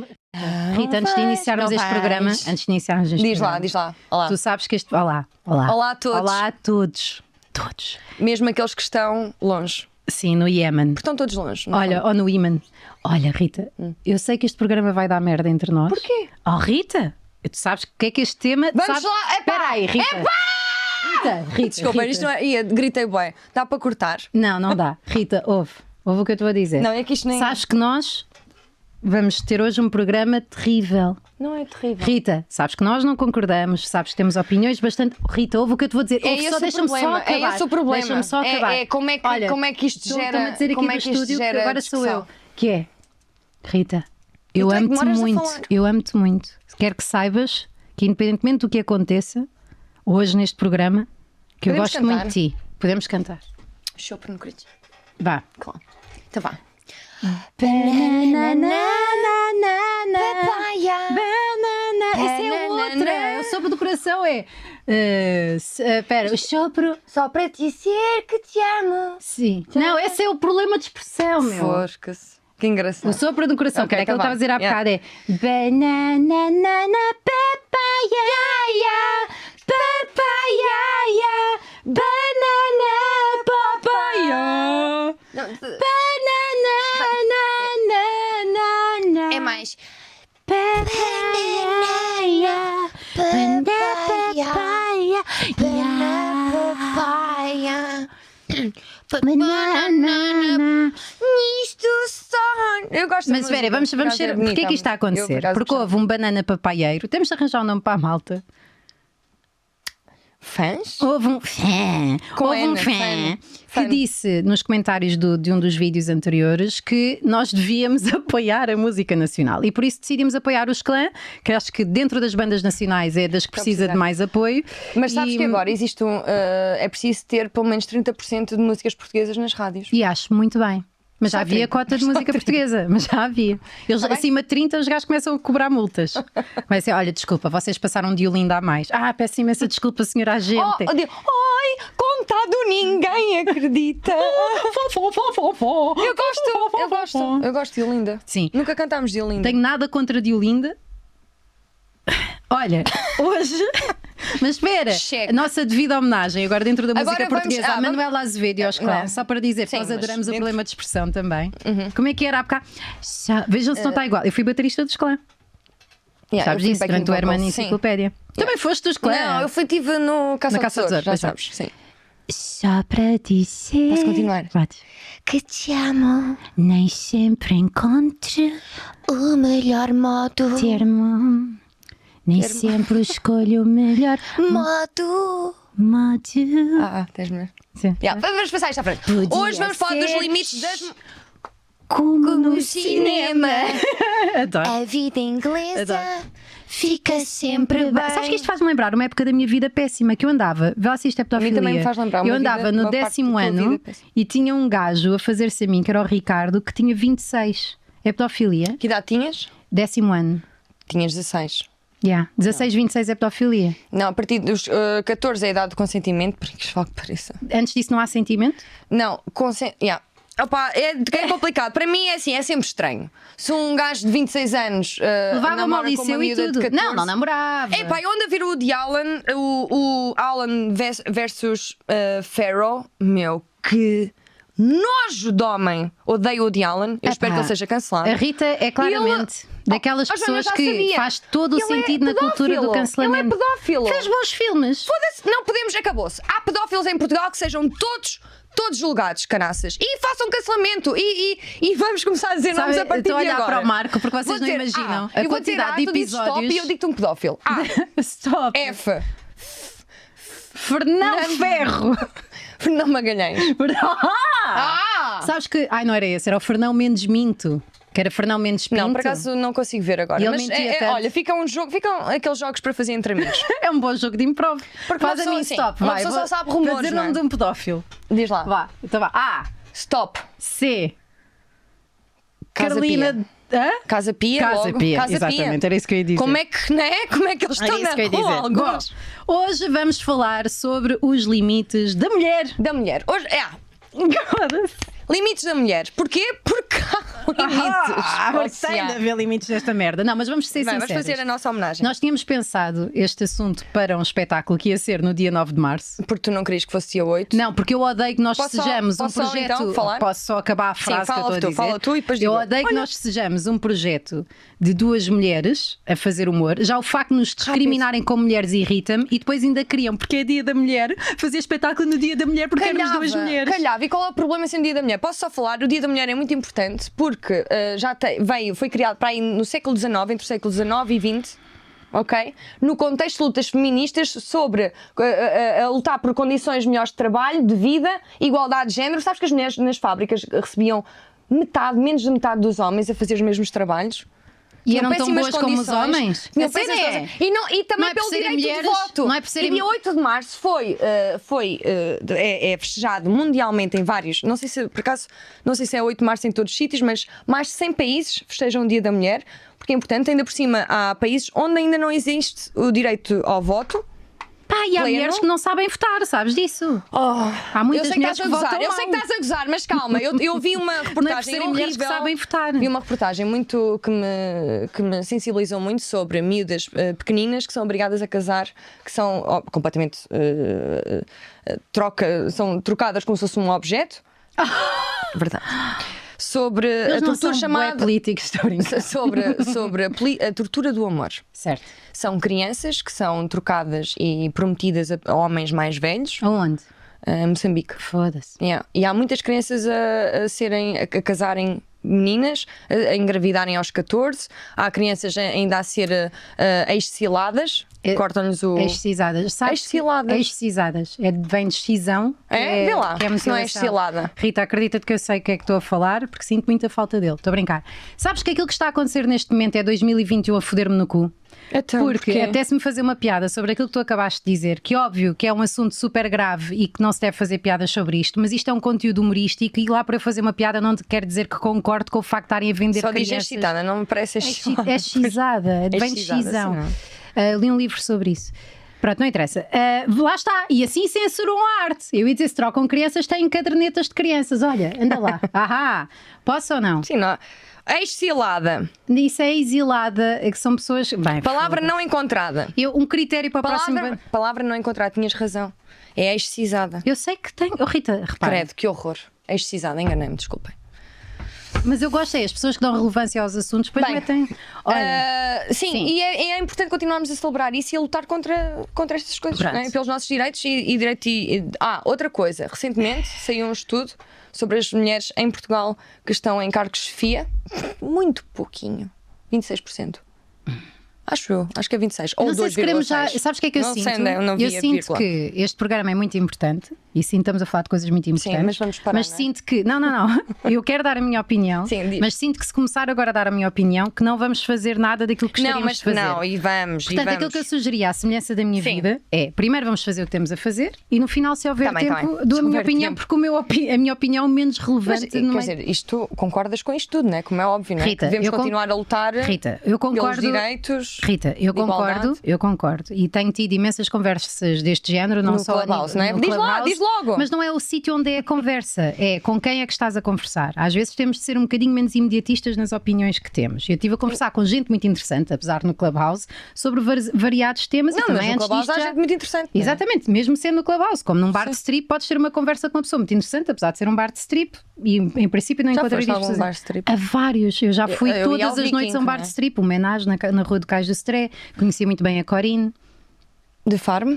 Não Rita, antes de vais, iniciarmos não este programa, vais. antes de iniciarmos este Diz lá, programa, diz lá. Olá. tu sabes que este. Olá, olá. Olá a todos. Olá a todos. Todos. Mesmo aqueles que estão longe. Sim, no Iémen. Porque estão todos longe. não é? Hum. Olha, ou no Iman. Olha, Rita, eu sei que este programa vai dar merda entre nós. Porquê? Oh, Rita, tu sabes que é que este tema. Vamos sabes... lá, epá! Espera aí, Rita. Rita, Rita. Desculpa, Rita. isto não é. Ia, gritei bem. Dá para cortar. Não, não dá. Rita, ouve. Ouve o que eu estou a dizer. Não, é que isto nem. Sabes que nós vamos ter hoje um programa terrível. Não é terrível. Rita, sabes que nós não concordamos, sabes que temos opiniões bastante. Rita, ouve o que eu te vou dizer. É ouve esse só, o deixa-me só problema, é acabar. esse o problema. Deixa-me só É- acabar. é como é que- Olha, como é que isto estou- gera- Estou-me a dizer aqui como no é que isto estúdio que gera agora sou eu. discussão? Que é? Rita, eu tu é que amo-te demoras a falar. muito. Eu amo-te muito. Quero que saibas que, independentemente do que aconteça, hoje neste programa, que eu Podemos gosto muito cantar? de ti. Podemos cantar. Chope no grito. Vá. Claro. Então vá. É, Papaya. Banana! Essa é Banana. outra! O sopro do coração é. eh, se- eh, Espera, o sopro. Só para te dizer que te amo. Sim. Não, esse é o problema de expressão, meu. Fosca-se. Que O engraçado. sopro do coração, Ok, que é que então ele estava a dizer há vá. bocado é. Banana, nana, papaya, ya, papaya, ya, banana, papaya. Não, de- Banana, nana, nana. É mais. Papaya, banana, papaya, ya. Papaya. Banana. Nisto só. Eu Mas gosto da música, espera, vamos, por vamos acaso ser. bonita Porquê é que isto está a música. Eu, por acontecer? acaso, Porque gostava. houve um banana papaieiro, temos de arranjar um nome para a malta. Fãs? Houve um fã, Com houve um N, fã fã. que disse nos comentários do- de um dos vídeos anteriores que nós devíamos apoiar a música nacional e por isso decidimos apoiar os clã, que acho que dentro das bandas nacionais é das que precisa de precisar. mais apoio. Mas sabes E- que agora existe um. eh, é preciso ter pelo menos 30% de músicas portuguesas nas rádios. E acho muito bem. Mas Só já havia 30. cota de Só música 30. portuguesa, mas já havia. Eles, Tá bem. acima de 30, os gajos começam a cobrar multas. Vai ser, olha, desculpa, vocês passaram de um lindo a mais. Ah, peço imensa desculpa, senhora agente. Oh, oh, Deus. Ai, contado ninguém acredita. Fó, fó, fó, fó. Eu gosto, eu gosto. Eu gosto de Olinda. Sim. Nunca cantámos de Olinda. Tenho nada contra Diolinda. Olha, hoje. Mas espera, Cheque. a nossa devida homenagem agora dentro da música Agora vamos- portuguesa ah, à vamos- Manuela Azevedo e aos Não. Clã, só para dizer que Sim, nós mas adoramos o dentro- Uhum. problema de expressão também. Como é que era há bocado? Já- Vejam se não está igual. Eu fui baterista dos Clã, Yeah, eu sabes Eh, fui disso, backing durante o vocal, Hermano sim. Enciclopédia. Também foste dos Clã. Não, eu fui tive no Caça Na ao Caça ao Tesouro, Tesouro, já pois é. sabes. Sim. Só para dizer. Posso continuar? Podes. que te amo. Nem sempre encontro O melhor modo, termo. Nem sempre escolho o melhor modo modo. Ah, tens mesmo. Sim. Yeah, Vamos passar isto à frente. Podia Hoje vamos falar dos ser limites das. Como, no cinema. Adoro. A vida inglesa Adoro. fica sempre bem. Sabes que isto faz-me lembrar uma época da minha vida péssima que eu andava, vê lá se isto é pedofilia. também me faz lembrar uma Eu vida- andava no uma parte décimo da tua ano vida péssima. e tinha um gajo a fazer-se a mim, que era o Ricardo, que tinha 26. É pedofilia? Que idade tinhas? Décimo ano. Tinhas 16. Yeah. 16, 26 é pedofilia. Não, a partir dos eh, 14 é a idade do consentimento, por incrível que pareça. Antes disso não há sentimento? Não, consen... yeah. Opa, é, é complicado. Para mim é assim, é sempre estranho. Se um gajo de 26 anos eh, Levava-me ao namora com uma liceu e miúda de tudo. 14, Não, não namorava. Epá, eu ando a ver o Woody Allen, o, o Allen vers- versus eh, Farrell. Meu, que nojo de homem! Odeio o Woody Allen. Eu espero Epá, que ele seja cancelado. A Rita é claramente daquelas Oh, Joana, pessoas já que sabia. faz todo Ele o é sentido na cultura do pedófilo. cancelamento. Ele é pedófilo. Fez bons filmes. Foda-se, não podemos, acabou-se. Há pedófilos em Portugal que sejam todos, todos julgados, canaças. E façam cancelamento. E, e- e vamos começar a dizer Sabe, nomes a partir estou a de olhar agora. para o Marco, porque vocês Vou não dizer, imaginam ah, a eu vou dizer, quantidade ah, de tu dizes stop episódios. e eu digo-te um pedófilo. Ah, Stop. F. Fernão Ferro. Fernão Magalhães. Ah! Sabes que. Ai, não era esse, era o Fernão Mendes Minto. Que era Fernão Mendes Pinto. Não, por acaso não consigo ver agora. E ele mas mentia é- é- tanto. olha, fica um jogo, ficam aqueles jogos para fazer entre amigos. É um bom jogo de improv. Porque uma Faz a pessoa, mim sim, stop. uma vai. pessoa vou- só sabe vou rumores, dizer o não nome é? Ah. de um pedófilo. Diz lá. Vá, então vá. A. Stop. C. Casa Carolina. Hã? Casa Pia. Casa logo. Pia, Casa exatamente, Pia. era isso que eu ia dizer. Como é que, né? Como é que eles Era estão isso que eu ia na rua? dizer. Bom, alguns? hoje vamos falar sobre os limites da mulher. Da mulher. Hoje, é, Foda-se. Limites da mulher. Porquê? Porque há limites. Ah, Ou porque se tem há. de haver limites nesta merda. Não, mas vamos ser Bem, vamos sinceros. fazer a nossa homenagem. Nós tínhamos pensado este assunto para um espetáculo que ia ser no dia 9 de março. Porque tu não querias que fosse dia 8. Não, porque eu odeio que nós Posso só- sejamos posso um só, projeto. então, falar? Posso só acabar a frase fala que eu estou a tu, dizer. fala tu e depois eu digo eu. odeio que nós sejamos um projeto de duas mulheres a fazer humor. Já o facto de nos discriminarem como mulheres irrita-me e depois ainda queriam, porque é dia da mulher, fazer espetáculo no dia da mulher porque éramos duas mulheres. calhava. E qual é o problema sem o Dia da Mulher? Posso só falar? O Dia da Mulher é muito importante porque ah, já tem- veio, foi criado para aí no século XIX, entre o século XIX e XX. Ok? No contexto de lutas feministas sobre ah, ah, ah, lutar por condições melhores de trabalho, de vida, igualdade de género. Sabes que as mulheres nas fábricas recebiam metade, menos de metade dos homens a fazer os mesmos trabalhos? E Tinham eram tão péssimas boas como os condições. homens. Tinham A cena péssimas é- condições. E, não- e também não é por pelo serem direito de mulheres, voto. não é por serem E dia 8 de março foi, eh, foi eh, é, é festejado mundialmente em vários, não sei se por acaso, não sei se é 8 de março em todos os sítios, mas mais de 100 países festejam o Dia da Mulher, porque é importante, ainda por cima há países onde ainda não existe o direito ao voto. Pá, e há Pleno. mulheres que não sabem votar, sabes disso? Há eu muitas sei que mulheres estás a que gozar, votam eu sei que mal. é estás a gozar, mas calma, eu, eu vi uma por reportagem serem mulheres que horrível. sabem votar. Vi uma reportagem muito que me, que me sensibilizou muito sobre miúdas eh, pequeninas que são obrigadas a casar, que são ó, completamente eh, eh, troca, são trocadas como se fosse um objeto. Verdade. Sobre Eles a não tortura são chamada... chamada políticos, estou a brincar. sobre, sobre a, poli- a tortura do amor. Certo. São crianças que são trocadas e prometidas a a homens mais velhos, Aonde? a Moçambique. Foda-se. Yeah. E há muitas crianças a, a serem a, a casarem meninas, a, a engravidarem aos 14, há crianças a- ainda a ser uh, ex-ciladas, É- cortam-lhes o. é Excisadas. Sabes? Exciladas. Excisadas. É, vem de excisão. É? Vê lá, que se não é mutilação. exilada. Rita, acredita-te que eu sei o que é que estou a falar, porque sinto muita falta dele. Estou a brincar. Sabes que aquilo que está a acontecer neste momento é 2021 a foder-me no cu? Então, Porque porquê? apetece-me fazer uma piada sobre aquilo que tu acabaste de dizer, que óbvio que é um assunto super grave e que não se deve fazer piadas sobre isto, mas isto é um conteúdo humorístico e lá para eu fazer uma piada não te quero dizer que concordo com o facto de estarem a vender Só diz crianças. excitada, não me parece É chi- excitada. É xizada, é bem de xizada, xizão. sim, é? Ah, li um livro sobre isso. Pronto, não interessa. Ah, lá está. E assim censuram a arte. Eu ia dizer, se trocam crianças, têm cadernetas de crianças. Olha, anda lá. Ahá. Posso ou não? Sim, não. Ex-cilada. Isso é exilada, que são pessoas. Bem, Palavra foda. não encontrada. Eu, um critério para a próxima. Palavra, palavra não encontrada, tinhas razão. É ex-cisada. Eu sei que tenho. Oh, Rita, repara. Credo, que horror. Ex-cisada, enganei-me, desculpem. Mas eu gosto é as pessoas que dão relevância aos assuntos, depois Bem, metem. Olha, Ah, sim, Sim. E, é, e é importante continuarmos a celebrar isso e a lutar contra, contra estas coisas, Pronto. não é? pelos nossos direitos e, e direito. E, e- ah, outra coisa, recentemente saiu um estudo sobre as mulheres em Portugal que estão em cargos de FIA, muito pouquinho, 26%. Acho eu, acho que é 26. Ou não sei se queremos já. 2,6. Sabes o que é que eu não sinto? Sei, onde é, eu não vi a sinto vírgula. que este programa é muito importante e sim, estamos a falar de coisas muito importantes. mas vamos parar, Mas não é? sinto que. Não, não, não. Eu quero dar a minha opinião, Sim, diz. mas sinto que se começar agora a dar a minha opinião, que não vamos fazer nada daquilo que Não, gostaríamos mas de fazer. não, e vamos. e Portanto, vamos. aquilo que eu sugeria à semelhança da minha Sim. vida é primeiro vamos fazer o que temos a fazer e no final, se houver Tá bem, tá tempo, bem. dou Se a minha houver opinião, tempo. porque o meu opi- a minha opinião é menos Mas, relevante. quer no meio- dizer, isto concordas com isto tudo, não é? Como é óbvio, não é? Rita, que devemos eu con- continuar a lutar Rita, eu pelos concordo. direitos. Rita, eu de igualdade. concordo, eu concordo. E tenho tido imensas conversas deste género, não No só a nível- Clubhouse, não é? no Diz lá, Clubhouse, diz logo. Mas não é o sítio onde é a conversa, é com quem é que estás a conversar. Às vezes temos de ser um bocadinho menos imediatistas nas opiniões que temos. Eu estive a conversar com gente muito interessante, apesar no Clubhouse, sobre vari- variados temas e Não, mas também no antes Clubhouse disto há já- gente muito interessante. não é? Exatamente, mesmo sendo no Clubhouse, como num bar de strip, podes ter uma conversa com uma pessoa muito interessante, apesar de ser um bar de strip, e em princípio não Já encontrarias foste a algum pessoas- assim. bar de strip? A vários, eu já fui Eu- eu ia ao todas as Viking, noites a um bar não é? de strip, um homenagem na, ca- na rua do Cais do Stré, conheci muito bem a Corine, De farm?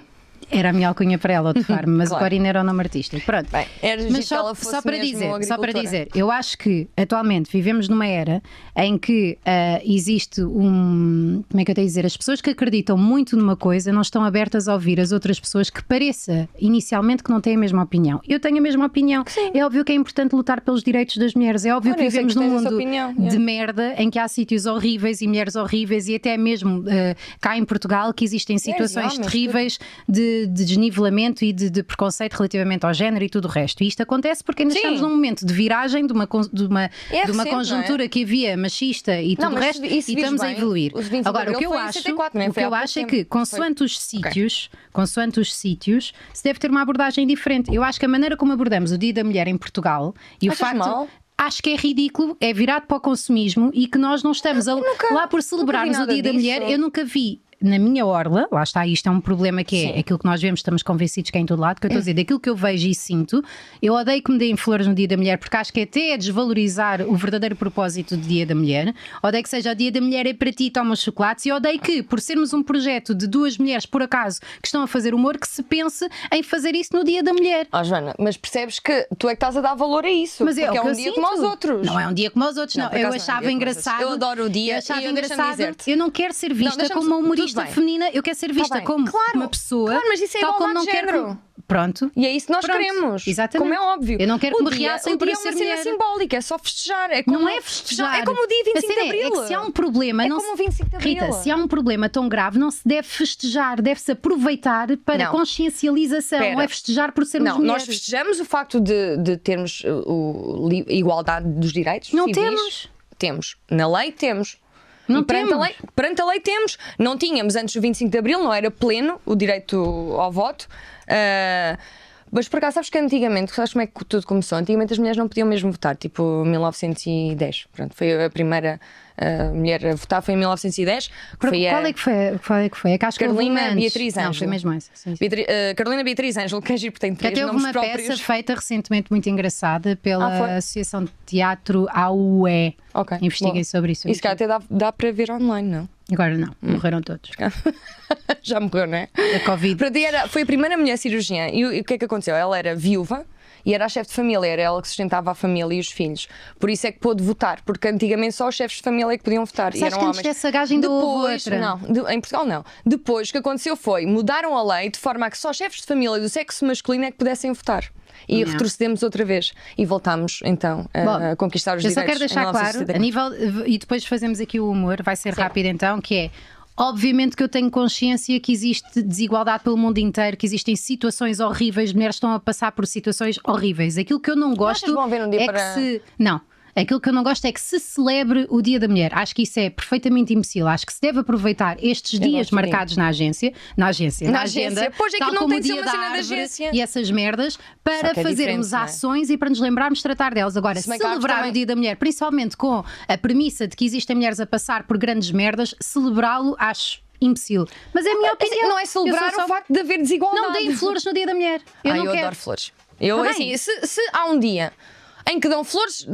era a minha alcunha para ela, de farm, mas Claro. a Corine era o nome artístico. Pronto. Bem, era Mas giro que só, ela fosse só para mesmo dizer, só para agricultora. dizer, eu acho que atualmente vivemos numa era em que ah, existe um. Como é que eu tenho a dizer? As pessoas que acreditam muito numa coisa não estão abertas a ouvir as outras pessoas que pareça inicialmente que não têm a mesma opinião. Eu tenho a mesma opinião. É óbvio que é importante lutar pelos direitos das mulheres. É óbvio Olha, que eu sei vivemos que num tens essa mundo opinião, de é. merda em que há sítios horríveis e mulheres horríveis e até mesmo ah, eh, cá em Portugal que existem e situações homens, terríveis de de, de desnivelamento e de, de preconceito relativamente ao género e tudo o resto. E isto acontece porque ainda Sim. estamos num momento de viragem de uma, con- de uma, É de uma recente, não é? conjuntura que havia machista e tudo Não, o mas resto, se- e se e vires estamos a bem, evoluir. os 25 de Agora, o Abril que eu foi em acho, 64, não é? o que Foi há eu pouco acho é tempo. que, Foi. consoante os sítios, consoante os sítios, se deve ter uma abordagem diferente. Eu acho que a maneira como abordamos o Dia da Mulher em Portugal e Achas o facto mal? acho que é ridículo, é virado para o consumismo e que nós não estamos a- lá por celebrarmos o nada Dia da disso. Mulher. Eu nunca vi na minha orla, lá está, isto é um problema que é aquilo que nós vemos, estamos convencidos que é em todo lado, que eu estou a dizer, daquilo que eu vejo e sinto, eu odeio que me deem flores no Dia da Mulher, porque acho que até é desvalorizar o verdadeiro propósito do Dia da Mulher. Odeio que seja o Dia da Mulher é para ti, toma os chocolates, e odeio que, por sermos um projeto de duas mulheres, por acaso, que estão a fazer humor, que se pense em fazer isso no Dia da Mulher. Ah, Joana, mas percebes que tu é que estás a dar valor a isso. Mas é, o porque que um eu dia sinto. como aos outros. Não é um dia como os outros, Não, não. por Eu acaso não é um achava dia como os outros. engraçado. Eu adoro o dia Eu achava e eu deixa-me engraçado. dizer-te. Eu não quero ser vista deixa-me- como uma humorista tudo bem. Tá feminina. Eu quero ser vista bem. como Claro. uma pessoa. Claro, mas isso é tal como igualdade não de quero género. que- Pronto. E é isso que nós Pronto, queremos. exatamente. Como é óbvio. Eu não quero que O me dia- reaçam O por dia é eu uma ser cena mulher. simbólica, é só festejar. É como, Não é festejar. É como o dia 25 A cena de Abril. É, que se há um problema, É não como se- o 25 de Abril. Rita, se há um problema tão grave, não se deve festejar, deve-se aproveitar para Não. consciencialização. Espera. Não é festejar por sermos Não, nós mulheres. festejamos o facto de, de termos uh, o, li- igualdade dos direitos. Não civis. temos. Temos. Na lei temos. Não E perante temos. A lei, perante a lei temos. Não tínhamos antes do 25 de Abril, não era pleno o direito ao voto. Ah, mas por acaso, sabes que antigamente, sabes como é que tudo começou? Antigamente as mulheres não podiam mesmo votar, tipo 1910. Pronto, foi a primeira ah, mulher a votar, foi em 1910. Por- foi Qual a- é que foi? Qual é que foi? É que acho que houve Carolina uma antes. Beatriz Não, foi Ângelo. mesmo essa. Sim, sim. Beatri- ah, Carolina Beatriz Ângelo, que é giro, porque tem Que três até houve nomes uma próprios. peça feita recentemente muito engraçada pela Ah, foi? Associação de Teatro AUE. Ok, Investiguem boa. sobre isso. Isso Hum. cá até dá, dá para ver online, não? Agora não, morreram todos. é- Já morreu, não é? A Covid. Pronto, e era, foi a primeira mulher cirurgiã. E, o- e o que é que aconteceu? Ela era viúva e era a chefe de família, era ela que sustentava a família e os filhos. Por isso é que pôde votar, porque antigamente só os chefes de família é que podiam votar. e Sabes eram que antes homens. dessa gaja ainda houve Depois, outra? não, de- em Portugal não. Depois o que aconteceu foi mudaram a lei de forma a que só chefes de família do sexo masculino é que pudessem votar. E Yeah. retrocedemos outra vez e voltámos então a, Bom, a conquistar os Eu só direitos. quero em deixar nossa claro, sociedade. a nível. E depois fazemos aqui o humor, vai ser rápido então, que é. Obviamente que eu tenho consciência que existe desigualdade pelo mundo inteiro, que existem situações horríveis, mulheres estão a passar por situações horríveis. Aquilo que eu não gosto achas bom ver um dia é para- que se. Não. Aquilo que eu não gosto é que se celebre o Dia da Mulher. Acho que isso é perfeitamente imbecil. Acho que se deve aproveitar estes dias gosto de mim. marcados na agência, na agência, É Na na, agência. agenda, Pois é que tal não como tem o de ser Dia uma da cena da Árvore agência. e essas merdas, Só para que é diferente, fazermos não é? ações e para nos lembrarmos de tratar delas. Agora, Se bem que a árvore celebrar também- o Dia da Mulher, principalmente com a premissa de que existem mulheres a passar por grandes merdas, celebrá-lo acho imbecil. Mas é a minha opinião. não é Eu celebrar sou só- o facto de haver desigualdade. Não deem flores no Dia da Mulher. Eu Ai, não eu quero. adoro flores. Eu, Tá assim, bem. se, se há um dia em que dão flores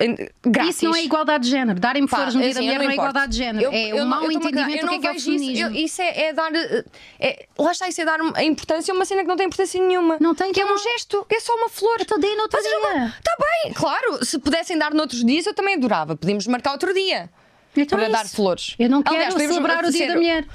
em- grátis. Isso não é igualdade de género. Darem-me pá, flores no Dia assim, da eu Mulher não, é importo. igualdade de género. Eu- é eu um não- mau eu tô-me a cagar. entendimento Eu do que é não que é o vejo isso. feminismo. Eu- Isso é, é dar. eh, é- lá está, isso é dar a importância a uma cena que não tem importância nenhuma. Não tem, Que é então um não. gesto, que é só uma flor. Então deem no outro Mas eu não- dia. Tá bem, claro. Se pudessem dar noutros dias, eu também adorava. Podíamos marcar outro dia. Então para é dar isso. flores. Eu não quero Aliás, podemos celebrar o Dia ser- da Mulher.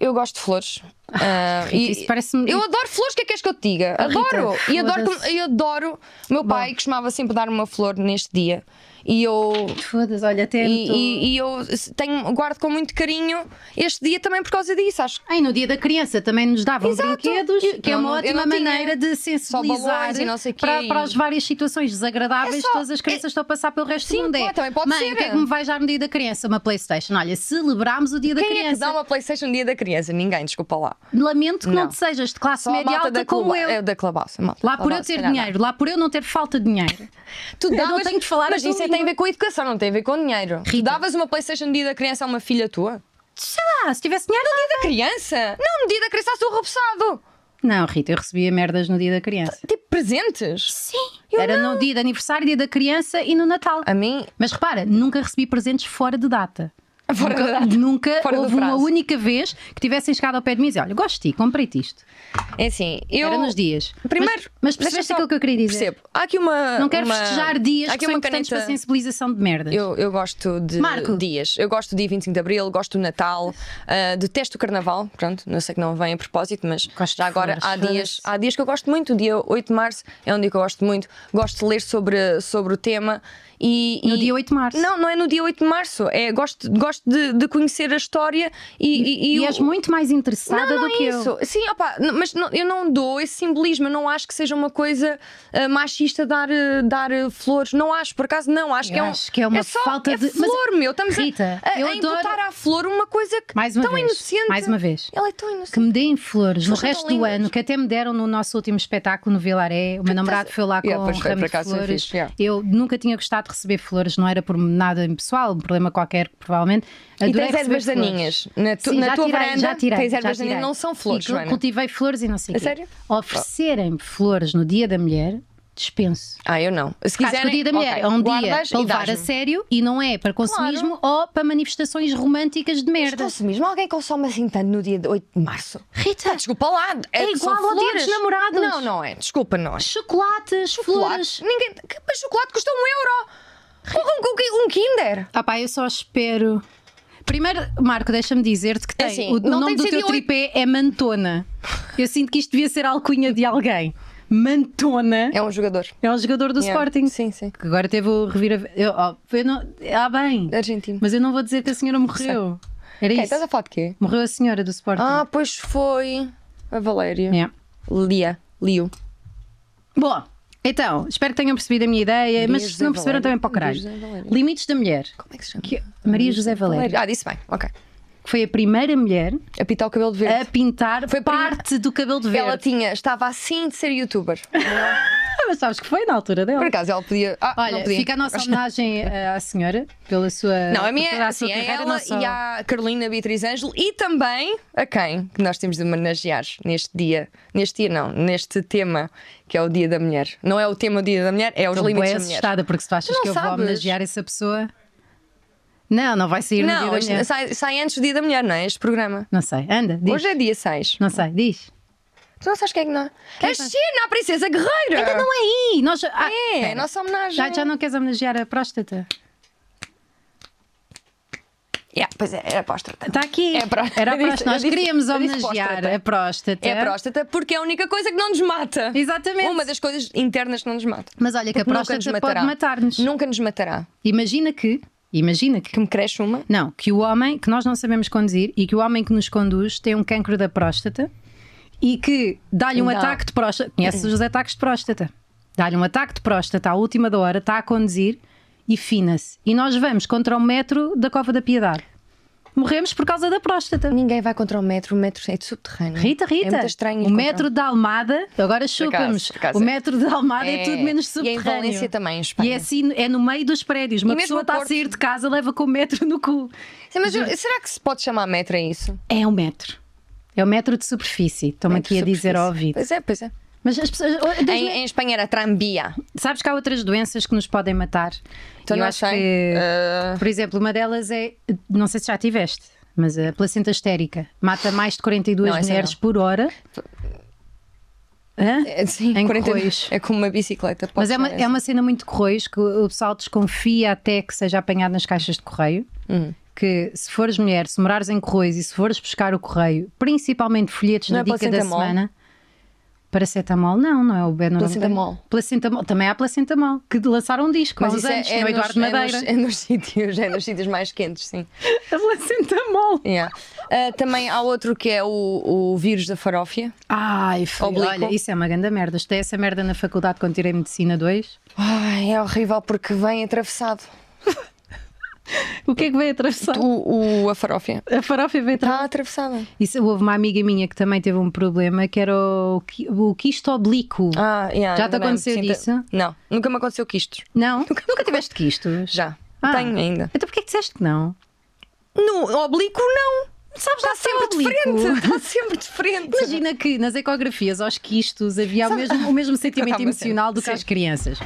Eu gosto de flores. Ah, Rita, isso parece-me- Eu adoro flores, o que é que queres que eu te diga? Ah, Rita, Adoro! e adoro, foda-se. que- eu adoro. O meu pai costumava sempre dar me uma flor neste dia. E eu. Foda-se, olha, até. E, tô- e- e eu tenho, guardo com muito carinho este dia também por causa disso, acho. Ai, no dia da criança também nos davam Exato. brinquedos, Eu- que é eu uma não- eu ótima não tinha maneira de só balões sensibilizar e não sei quê para, e- para as várias situações desagradáveis É que só- todas as crianças estão a passar pelo resto Sim, do mundo. É, pá, também pode Mãe, ser. o que é que me vais dar no dia da criança? Uma Playstation. Olha, celebramos o dia da Quem é que criança. dá uma Playstation no dia da criança? Ninguém, desculpa lá. Lamento que não. Não. te sejas de classe Só a média malta alta da, como cluba, eu. é, da Clubhouse. a malta Lá da por eu Clubhouse, ter se calhar dinheiro, lá por eu não ter falta de dinheiro. Tu Eu não davas- tenho de falar Mas a tua isso é- língua. tem a ver com educação, não tem a ver com dinheiro. Tu davas uma Playstation no dia da criança a uma filha tua? Sei lá, se tivesse dinheiro. No dia da criança? Não, no dia da criança estás todo repousado. Não, Rita, eu recebia merdas no dia da criança. Tipo presentes? Sim. Era no dia de aniversário, dia da criança e no Natal. A mim, Mas repara, nunca recebi presentes fora de data. Fora nunca da data. nunca Fora do houve uma prazo. única vez que tivessem chegado ao pé de mim e dizer: Olha, gosto de ti, comprei-te isto. é assim, eu. Era nos dias. Primeiro, mas, mas deixa percebeste só- aquilo que eu queria dizer? Percebo. Há aqui uma. Não quero uma- festejar dias há que aqui são uma importantes caneta- para a sensibilização de merdas. Eu, eu gosto de Marco. dias. Eu gosto do dia 25 de Abril, gosto do Natal, ah, detesto o Carnaval. Pronto, não sei que não vem a propósito, mas Gosto já de agora há flores, dias, foda-se. há dias que eu gosto muito. O dia 8 de Março é um dia que eu gosto muito. Gosto de ler sobre, sobre o tema. E, No e- dia 8 de março. Não, não é no dia 8 de Março. É, gosto, gosto gosto de, de conhecer a história e, e, E, e o- és muito mais interessada do que eu. é isso. Sim, opa, n- mas não- eu não dou esse simbolismo, eu não acho que seja uma coisa ah, machista dar, ah, dar ah, flores. Não acho, por acaso não, acho Eu que é um. acho que é uma só, falta é de- mas- flor, meu. Estamos a- Rita, a, a, eu adoro- imputar à flor uma coisa que Mais uma tão vez. inocente. Mais uma vez. Ela é tão inocente. que me deem flores no Elas são resto tão do lindas. Tá ano, que até me deram no nosso último espetáculo no Vilaré. O meu namorado foi lá com Yeah, pois um foi, ramo por de acaso foi flores. fixe, yeah. Eu nunca tinha gostado de receber flores, não era por nada impessoal, um problema qualquer, provavelmente. E Adorei tens receber ervas flores. daninhas. Na, tu, Sim, na já tua tirei, varanda já tirei, tens já ervas tirei. daninhas, não são flores, E Joana. cultivei flores e não sei A quê. sério? Oferecerem-me flores no Dia da Mulher, dispenso. Ah, eu não. Se Acho que o quiserem, Dia da Mulher ok, é um dia guardas para e levar a dás-me. sério e não é para consumismo ou para manifestações românticas de Mas merda. consumismo, Então, alguém consome assim tanto no dia de 8 de março. Ah, Rita, Desculpa lá, É que são igual ao Dia flores. dos Namorados. Não, não é. Desculpa, nós. chocolates, flores. Chocolates. Ninguém... que- Mas chocolate custa um euro. Porra, um, um, um Kinder. Ah pá, eu só espero. Primeiro, Marco, deixa-me dizer-te que É tem, assim, o, o não nome tem do de ser teu de oito. tripé é Mantona. Eu sinto que isto devia ser alcunha de alguém. Mantona É um jogador. é um jogador do Yeah. Sporting. Sim, sim. Que agora teve o revira. Eu, ó, eu não... Ah, bem. Argentino. Mas eu não vou dizer que a senhora morreu. Era Ok, isso. estás a falar de quê? Morreu a senhora do Sporting. Ah, pois foi. A Valéria. É. Lia. Lio. Bom, então, espero que tenham percebido a minha ideia, mas Dias se não da perceberam também Valéria. para o caralho. Dias da Valéria. Limites da mulher. Como é que se chama? Que- Maria José Valéria, Ah, disse bem. Ok. que foi a primeira mulher A pintar o cabelo de a verde. pintar Foi a prima- parte do cabelo de verde. Ela tinha, estava assim de ser youtuber. Ah, mas sabes que foi na altura dela. Por acaso ela podia. Ah, Olha, não podia. fica a nossa homenagem eh, à senhora pela sua. Não, a minha por é Ah, toda a sua assim, a carreira, ela não só- e à Carolina Beatriz Ângelo e também a quem que nós temos de homenagear neste dia, neste dia não, neste tema que é o Dia da Mulher. Não é o tema do Dia da Mulher, é os Estou limites bem da mulher. assustada porque se tu achas não que eu vou sabes. homenagear essa pessoa. Não, não vai sair no Não, dia da isto mulher. sai, sai antes do Dia da Mulher, não é? Este programa. Não sei, anda, diz. Hoje é dia 6. Não sei, diz. Tu não sabes quem é que não é? a China, a Princesa Guerreira! Ainda não é aí! Nós... Ah, é, é a nossa homenagem. já, já não queres homenagear a próstata? Yeah, pois é, era aposta. Está Tá aqui. É a próstata. Era a Eu disse- próstata. eu Nós disse- queríamos eu disse homenagear próstata. a próstata. É a próstata porque é a única coisa que não nos mata. então. Exatamente. Uma das coisas internas que não nos mata. Mas olha que a Porque nunca próstata nos pode matará. matar-nos. Nunca nos matará. Imagina que. Imagina que. Que me cresce uma. Não, que o homem que nós não sabemos conduzir e que o homem que nos conduz tem um cancro da próstata e que dá-lhe um Não. ataque de próstata. Conheces os ataques de próstata? Dá-lhe um ataque de próstata à última da hora, está a conduzir e fina-se. E nós vamos contra o metro da Cova da Piedade. Morremos por causa da próstata. Ninguém vai contra o metro, o metro é de subterrâneo. Rita, Rita, É muito estranho. ir o contra metro da Almada, agora chupa-nos. por acaso O é. metro da Almada é, tudo menos E em subterrâneo. Valência também, em Espanha. E é assim, é no meio dos prédios. Uma E mesmo pessoa no está a Porto. sair de casa, leva com o metro no cu. Sim, mas eu- será que se pode chamar metro a isso? É um metro. É um metro de superfície. Estão-me Metro aqui a dizer ao superfície. ouvido. Pois é, pois é. Mas as pessoas. oh, Deus Em, me- em Espanha era trambia. Sabes que há outras doenças que nos podem matar. Então Eu não acho sei. que, Ah, por exemplo, uma delas é. Não sei se já tiveste, mas a placenta estérica mata mais de 42 Não, essa mulheres não. por hora. Hã? é, sim, Em 40 Cois. É como uma bicicleta. pode Mas é uma, ser é essa. uma cena muito de correios que o o pessoal desconfia até que seja apanhado nas caixas de correio. Hum. Que se fores mulher, se morares em correios e se fores buscar o correio, principalmente folhetos Não na é dica da placentamol? semana. Paracetamol, não, não é o Benor. Placentamol. Placentamol, também há placentamol, que de lançaram um disco há uns isso anos, é, é nos- Eduardo é Madeira. nos- É nos, sítios, é nos sítios mais quentes, sim. A placentamol. Yeah. Ah, também há outro que é o, o vírus da farófia. Ai, filho, Oblíquo. olha, isso é uma grande merda. Estei essa merda na faculdade quando tirei Medicina 2. Ai, é horrível porque vem atravessado. O que é que veio atravessar? O, o- a farófia. A farófia veio atravessar. Está atravessada. Isso, houve uma amiga minha que também teve um problema que era o, qui- o quisto oblíquo. Ah, yeah, Já te lembrei-me, aconteceu sim, tá- disso? Não, nunca me aconteceu quistos. Não? Nunca, tiveste quistos? Já. Ah. Tenho ainda. Então porquê é que disseste que não? No oblíquo, não. Sabes Está sempre de frente. Está sempre de frente. Tá Imagina que nas ecografias aos quistos havia o mesmo, o mesmo sentimento Contava-me sempre. emocional do que Sim. às crianças.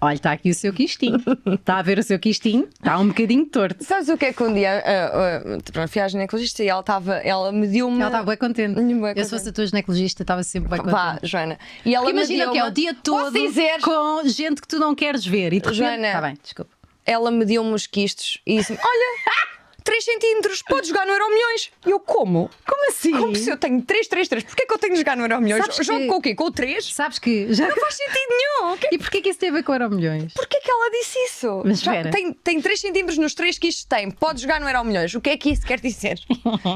Olha, está aqui o seu quistinho. Está a ver o seu quistinho? Está um bocadinho torto. Sabes o que é que um dia. Uh, uh, pronto, fui à ginecologista e ela estava. Ela me deu uma. Ela está bem contente. Hum, Bué Eu contente. se fosse a tua ginecologista estava sempre bem contente. Vá, Joana. E ela tá. Porque me imagina deu que é uma- o dia Posso todo dizer? com gente que tu não queres ver e de repente... Tá Joana. Está bem, desculpa. Ela me deu uns quistos e disse-me: Olha, 3 centímetros, podes jogar no Euro Milhões. E eu como? Como assim? Como se eu tenho 3, 3, 3, porquê é que eu tenho de jogar no Euro Milhões? Sabes que- Jogo com o quê? Com o 3? Sabes que já. Não faz sentido nenhum. O que é E porquê que isso tem a ver com Euro Milhões? Porquê que ela disse isso? Mas Já espera. tem, tem 3 centímetros nos 3 que isto tem. Pode jogar no Euro Milhões. O que é que isso quer dizer?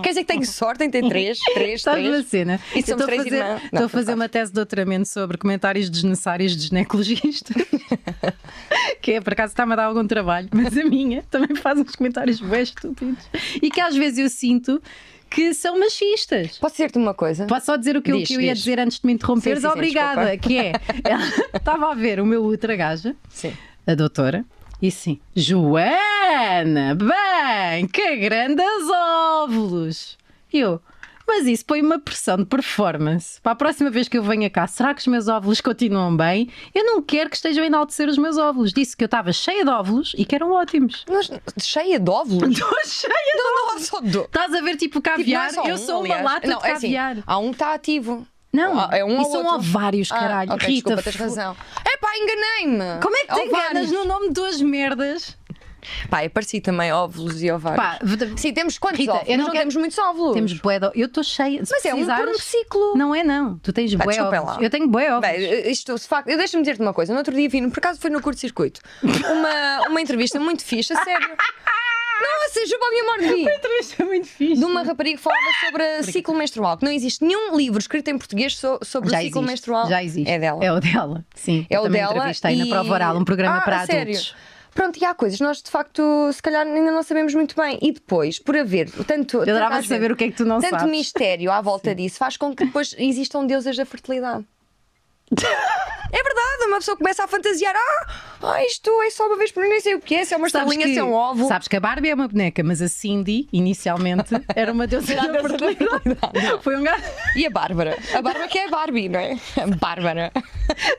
quer dizer que tenho sorte em ter 3? 3, Estás uma 3? cena. E somos Eu estou a três fazer- irmãs. Não, Estou a fazer não uma tese de doutoramento sobre comentários desnecessários de ginecologistas. que é, por acaso, está-me a dar algum trabalho, mas a minha também faz uns comentários bem estúpidos. E que às vezes eu sinto que são machistas. Posso dizer-te uma coisa? Posso só dizer o que, eu- Diz, que eu ia diz. dizer antes de me interromperes? Sim, sim, sim, Obrigada, desculpa. que é. ela Estava a ver o meu ultra gaja, Sim. a doutora, e sim, Joana, bem, que grandes óvulos! E eu, mas isso põe uma pressão de performance. Para a próxima vez que eu venha cá, será que os meus óvulos continuam bem? Eu não quero que estejam a enaltecer os meus óvulos. Disse que eu estava cheia de óvulos e que eram ótimos. Mas cheia de óvulos? Estou cheia! não, não, só do... Estás a ver tipo Tipo, não caviar? é só eu um, sou uma aliás. lata tá não, de é assim, caviar. há um que está ativo. Não, Ah, é um e ou são outro. ovários, caralho. Ah, ok, Rita, desculpa, tens fu- razão. Epá, enganei-me. Como é que te enganas Ovários. no nome de duas merdas? Pá, eu pareci também óvulos e ovários. Pá, v- Sim, temos quantos Rita, eu óvulos? não Não quero- temos muitos óvulos. temos bué de... Eu estou cheia. se Mas é um por precisares- um ciclo. Não é não. Tu tens Pá, bué desculpem ovos. lá. Eu tenho bué ovos. Bem, eh, isto de facto, eu deixa-me dizer-te uma coisa. No outro dia vi, no- por acaso foi no curto-circuito, uma, uma entrevista muito fixe, a sério. Não, seja o minha morte vi. Entrevista é muito fixe. De uma rapariga que falava sobre ciclo menstrual, que não existe nenhum livro escrito em português so- sobre o ciclo menstrual. Já existe. É dela. É o dela. Sim. É eu o também dela entrevistei na e- prova oral um programa Ah, para a sério? adultos. Pronto, e há coisas, nós de facto, se calhar ainda não sabemos muito bem. E depois, por haver tanto. Eu adorava saber o que é que tu não Tanto sabes. mistério à volta disso faz com que depois existam deusas da fertilidade. É verdade, uma pessoa começa a fantasiar: ah, ah, isto é só uma vez por ano, nem sei o que é, se é uma Sabes estrelinha, que- se é um ovo. Sabes que a Barbie é uma boneca, mas a Cindy, inicialmente, era uma deusa Era a da deusa da fertilidade. Foi um gajo. E a Bárbara? A Bárbara que é a Barbie, não é? A Bárbara.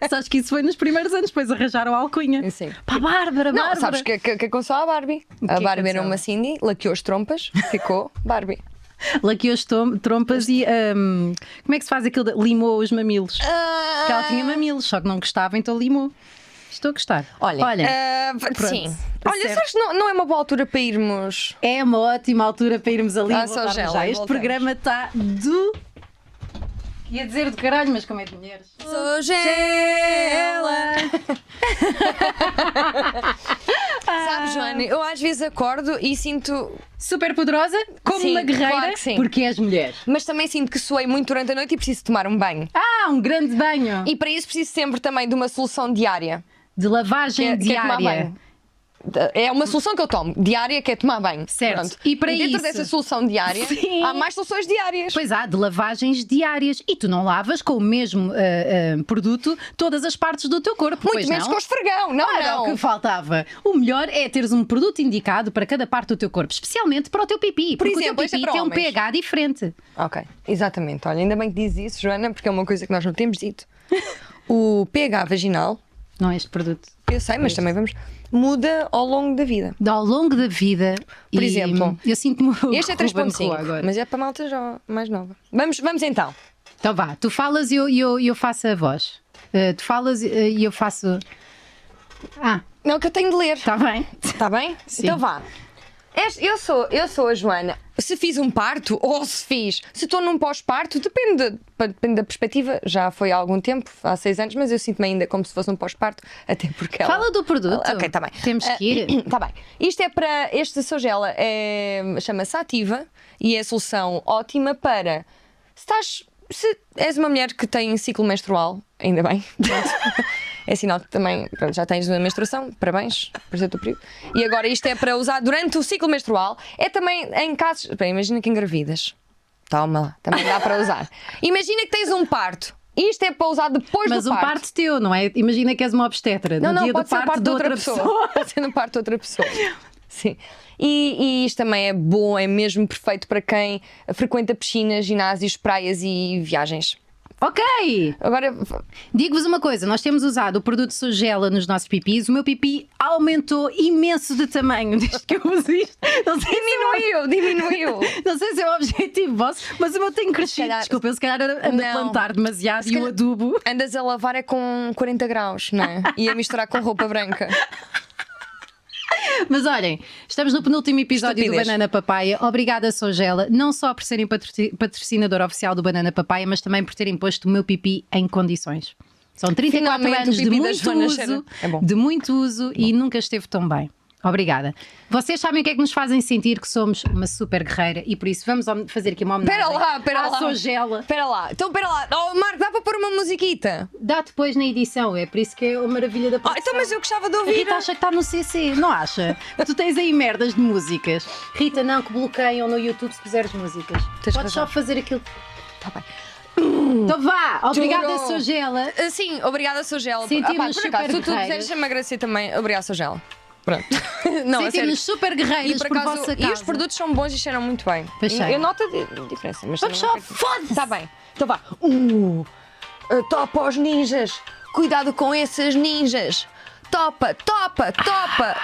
Sabes que isso foi nos primeiros anos, depois arranjaram a alcunha. Sim. Pá, Bárbara, Não, Bárbara. sabes que, que, que aconteceu à Barbie? que a é que Barbie era aconteceu? uma Cindy, laqueou as trompas, ficou Barbie. Laqueou as tom- trompas e hum, como é que se faz aquilo? de- Limou os mamilos. Porque ela Ah. tinha mamilos, só que não gostava, então limou. Estou a gostar. Olha, ah, pronto, sim. tá Olha, eh, certo. sabes que não, não é uma boa altura para irmos. é uma ótima altura para irmos ali. e Ah, só voltarmos já, já. e Este voltamos. programa está do. Ia dizer do caralho, mas como é de mulheres. Hoje ela. Sabe, Joana, eu às vezes acordo e sinto. Super poderosa, como Sim, uma guerreira, claro que sim. porque és mulher. Mas também sinto que suei muito durante a noite e preciso tomar um banho. Ah, um grande banho E para isso preciso sempre também de uma solução diária. de lavagem é- que é tomar diária. banho. É uma solução que eu tomo, diária, que é tomar banho. Certo. Pronto. E para dentro isso? dessa solução diária, Sim. há mais soluções diárias. Pois há, de lavagens diárias. E tu não lavas com o mesmo ah, ah, produto todas as partes do teu corpo. muito pois menos não? com esfregão. Não, Era não. o que faltava. O melhor é teres um produto indicado para cada parte do teu corpo, especialmente para o teu pipi. Por porque o exemplo, teu este é pipi para tem um homens. pH diferente. Ok, exatamente. Olha, ainda bem que diz isso, Joana, porque é uma coisa que nós não temos dito. O pH vaginal Não é este produto. Eu sei, mas também vamos. Muda ao longo da vida. De ao longo da vida. Por e exemplo, Eu sinto-me. o Este é Ruben Rua agora. 3.5, mas é para malta jo- mais nova. Vamos, vamos então. Então vá, tu falas e eu, e eu, e eu faço a voz. Ah, tu falas eh, e eu faço. Ah, Não, que eu tenho de ler. está Tá, bem. Está bem? Sim. Então vá. Este- eu, sou, eu sou a Joana. Se fiz um parto ou se fiz. Se estou num pós-parto, depende, de- pa- depende da perspectiva. Já foi há algum tempo, há seis anos, mas eu sinto-me ainda como se fosse um pós-parto, até porque ela. Fala do produto. Ok, está bem. Eh, Temos que ir. Está bem. Isto é para. Este Sogela é, chama-se Ativa e é a solução ótima para. Se estás. Se és uma mulher que tem ciclo menstrual, ainda bem. pronto. É sinal que também pronto, já tens a menstruação, parabéns por ser o teu período. E agora isto é para usar durante o ciclo menstrual. É também em casos. Bem, imagina que engravidas. Toma lá, também dá para usar. Imagina que tens um parto. Isto é para usar depois Mas do um parto. parto teu, não é? Imagina que és uma obstetra. Não, no não, dia pode do ser parto, o parto de outra pessoa. pode ser no parto de outra pessoa. Sim. E, e isto também é bom, é mesmo perfeito para quem frequenta piscinas, ginásios, praias e viagens. Ok! Agora, Digo-vos uma coisa, nós temos usado o produto Sugela nos nossos pipis. O meu pipi aumentou imenso de tamanho desde que eu uso isto. Não sei, diminuiu, diminuiu. não sei se é o objetivo vosso, mas o meu tem crescido. calhar- Desculpa, eu se calhar ando a Não. plantar demasiado Se e o calhar- adubo. Andas a lavar é com 40 graus, não é? E a misturar com roupa branca. Mas olhem, estamos no penúltimo episódio Estupidez. do Banana Papaya. Obrigada, Sogela, não só por serem patroci- patrocinadora oficial do Banana Papaya, mas também por terem posto o meu pipi em condições. São 34 Finalmente, anos o de pipi da muito, Joana Cheira. uso, É bom. de muito uso e nunca esteve tão bem. Obrigada. Vocês sabem o que é que nos fazem sentir que somos uma super guerreira e por isso vamos hom- fazer aqui uma homenagem Pera lá, pera à lá. Sogela. Espera lá, então espera lá. Oh, Marco, dá para pôr uma musiquita? Dá depois na edição, é por isso que é a maravilha da Oh, então, mas eu gostava de A ouvir. Rita acha que está no CC, não acha? tu tens aí merdas de músicas. Rita, não, que bloqueiam no YouTube se quiseres músicas. Tens Podes só razão. fazer aquilo. Tá bem. Então vá! Obrigada, Juro. Sogela. Ah, Sim, obrigada, Sogela. Sentimos por acaso, super tu, tu guerreiras. disseste a emagrecer também. Obrigada, Sogela. Pronto. Não, a sério. Sentimos super guerreiros E, por, por acaso, vossa e causa. os produtos são bons e cheiram muito bem. Pois Eu- cheiram. eu noto a di- diferença. Mas Vamos também só, não quero- foda-se! Tá bem. Então vá. Uh, uh, topa aos ninjas. Cuidado com esses ninjas. Topa, topa, topa.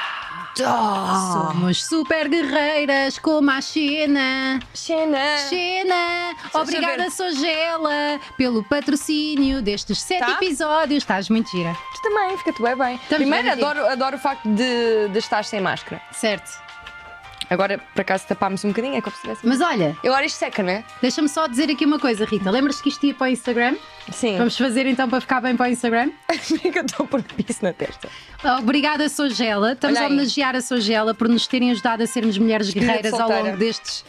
Topa. Somos super guerreiras como a Xena. Xena. Xena, É. eu obrigada, Sogela, pelo patrocínio destes sete Tá? episódios. Estás muito gira. Tu também, fica-te bem bem. Primeiro, bem, amiga. adoro, adoro o facto de, de estar sem máscara. Certo. Agora, por acaso, tapámos um bocadinho, é como se tivesse. Mas olha, Eu Agora isto seca, não é? deixa-me só dizer aqui uma coisa, Rita. Lembras-te que isto ia para o Instagram? Sim. Vamos fazer então para ficar bem para o Instagram? que eu estou por piso na testa. Ah. Obrigada, Sogela. Estamos Olha a aí. homenagear a Sogela por nos terem ajudado a sermos mulheres guerreiras ao solteira. longo destes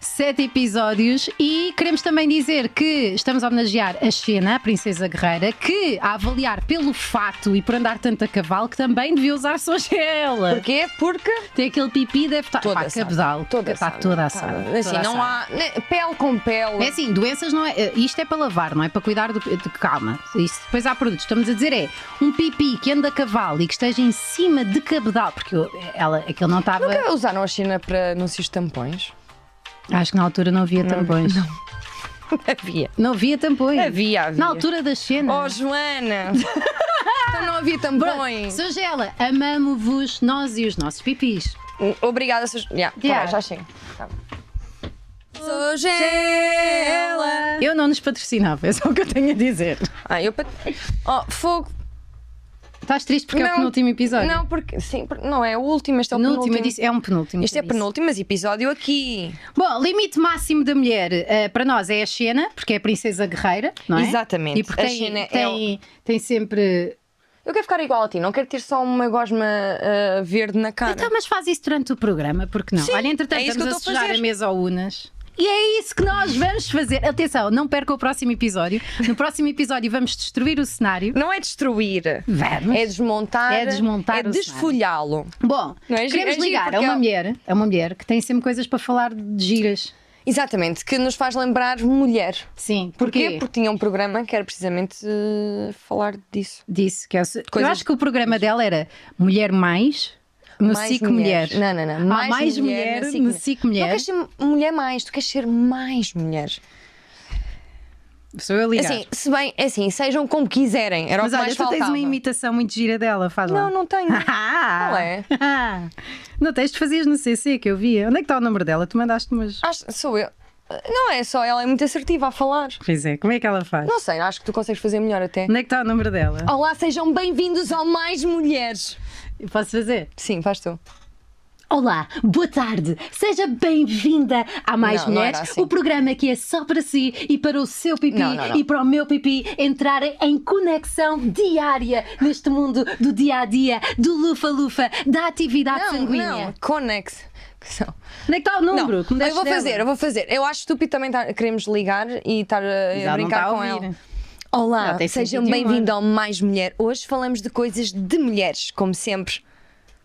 sete episódios. E queremos também dizer que estamos a homenagear a Xena, a princesa guerreira, que, a avaliar pelo fato e por andar tanto a cavalo, que também devia usar Sogela. Porquê? Porque. Tem aquele pipi, deve estar Toda Pá, assada. cabedal. Toda está assada. toda Tá, assada. Assim, toda não assada. há. né, Pele com pele. É assim, doenças não é. eh, Isto é para lavar, não é para cuidar do. De, calma, isso depois há produtos. Estamos a dizer é um pipi que anda a cavalo e que esteja em cima de cabedal, porque eu- ela, aquilo não estava. Nunca usaram a China para anúncios de tampões? Acho que na altura não havia tampões. Não, Havia. havia tampões. Havia, havia. Na altura da cena. Oh, Joana! então não havia tampões. Sogela, amamo-vos, nós e os nossos pipis. Hum, Obrigada, Sou... Yeah, tá Yeah. bem, já chega. Tá bem. Sou gela. Eu não nos patrocinava, é só o que eu tenho a dizer. Ah, eu. pat- Oh, fogo. Estás triste porque é o Não. penúltimo episódio? Não, porque. Sim, porque não é o último, este é o Penúltimo, penúltimo. eu disse- é um penúltimo. Este eu é disse. penúltimo, mas episódio aqui. Bom, limite máximo da mulher eh, para nós é a Xena, porque é a princesa guerreira, não é? Exatamente. E porque A tem, Xena é tem, tem sempre. Eu quero ficar igual a ti, não quero ter só uma gosma ah, verde na cara. Então, mas faz isso durante o programa, porque não? Sim, Olha, entretanto, é isso que estamos eu a estou a sujar fazer. a mesa ao Unas. E é isso que nós vamos fazer. Atenção, não perca o próximo episódio. No próximo episódio vamos destruir o cenário. Não é destruir. Vamos. É desmontar, É desmontar é o desfolhá-lo. Bom, Não, é gi- é queremos giro ligar a porque uma ela- mulher, a uma mulher que tem sempre coisas para falar de giras. Exatamente, que nos faz lembrar mulher. Sim, Porquê? porquê? Porque tinha um programa que era precisamente eh, falar disso. Disse que é o se- Coisas- Eu acho que o programa dela era Mulher Mais no Mais SIC Mulher. mulheres. Não, não, não. Há mais mulher no no signo. SIC Não Mulher. queres ser mulher mais, tu queres ser mais mulher. Sou eu a ligar. Assim, se bem, é assim, sejam como quiserem. Era Mas o que olha, mais tu faltava. tens uma imitação muito gira dela, faz lá. Não, não tenho. Ah! Qual é? Não tens, tu fazias no CC que eu via. Onde é que está o número dela? Tu mandaste umas. Acho- sou eu. Não é só, ela é muito assertiva a falar. Pois é, como é que ela faz? Não sei, acho que tu consegues fazer melhor até. Onde é que está o número dela? Olá, sejam bem-vindos ao Mais Mulheres. Eu posso fazer? Sim, faz tu. Olá, boa tarde, seja bem-vinda a Mais Não, não Mulheres, era assim. o programa que é só para si e para o seu pipi Não, não, não. e para o meu pipi entrarem em conexão diária neste mundo do dia a dia, do lufa-lufa, da atividade Não, sanguínea. não, Conex. Não. Onde é que está o Não, número? que me eu deste vou dela? fazer, eu vou fazer. Eu acho estúpido também tá, queremos ligar e estar a, Mas a ela não brincar está a com ouvir. ela. Ela Olá, tem é? sejam 51 bem-vindos ao Mais Mulher. Hoje falamos de coisas de mulheres, como sempre.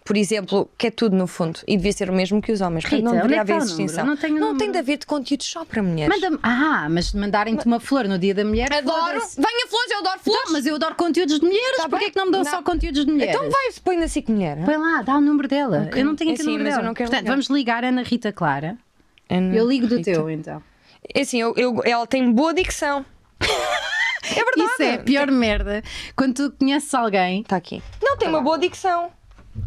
Por exemplo, que é tudo no fundo. E devia ser o mesmo que os homens. porque Rita, não onde é deveria que está haver o número? distinção. Eu não tenho o tem número. de haver de conteúdo só para mulheres. Manda-me. Ah, mas se mandarem-te uma flor no dia da mulher. Adoro. foda-se. Venha flores, eu adoro flores. Tá, mas eu adoro conteúdos de mulheres. Tá Porquê bem. é que não me dão Não. só conteúdos de mulheres? Então vai, se põe na SIC Mulher. Põe lá, dá o número dela. Ok. Eu não tenho É aqui sim, o número mas eu dela. não quero Portanto, ligar. vamos ligar a Ana Rita Clara. Ana Eu ligo do Rita. teu, então. É assim, eu, eu- ela tem boa dicção. é verdade. Isso é a pior merda. Quando tu conheces alguém, Está aqui. Não, tem uma boa dicção.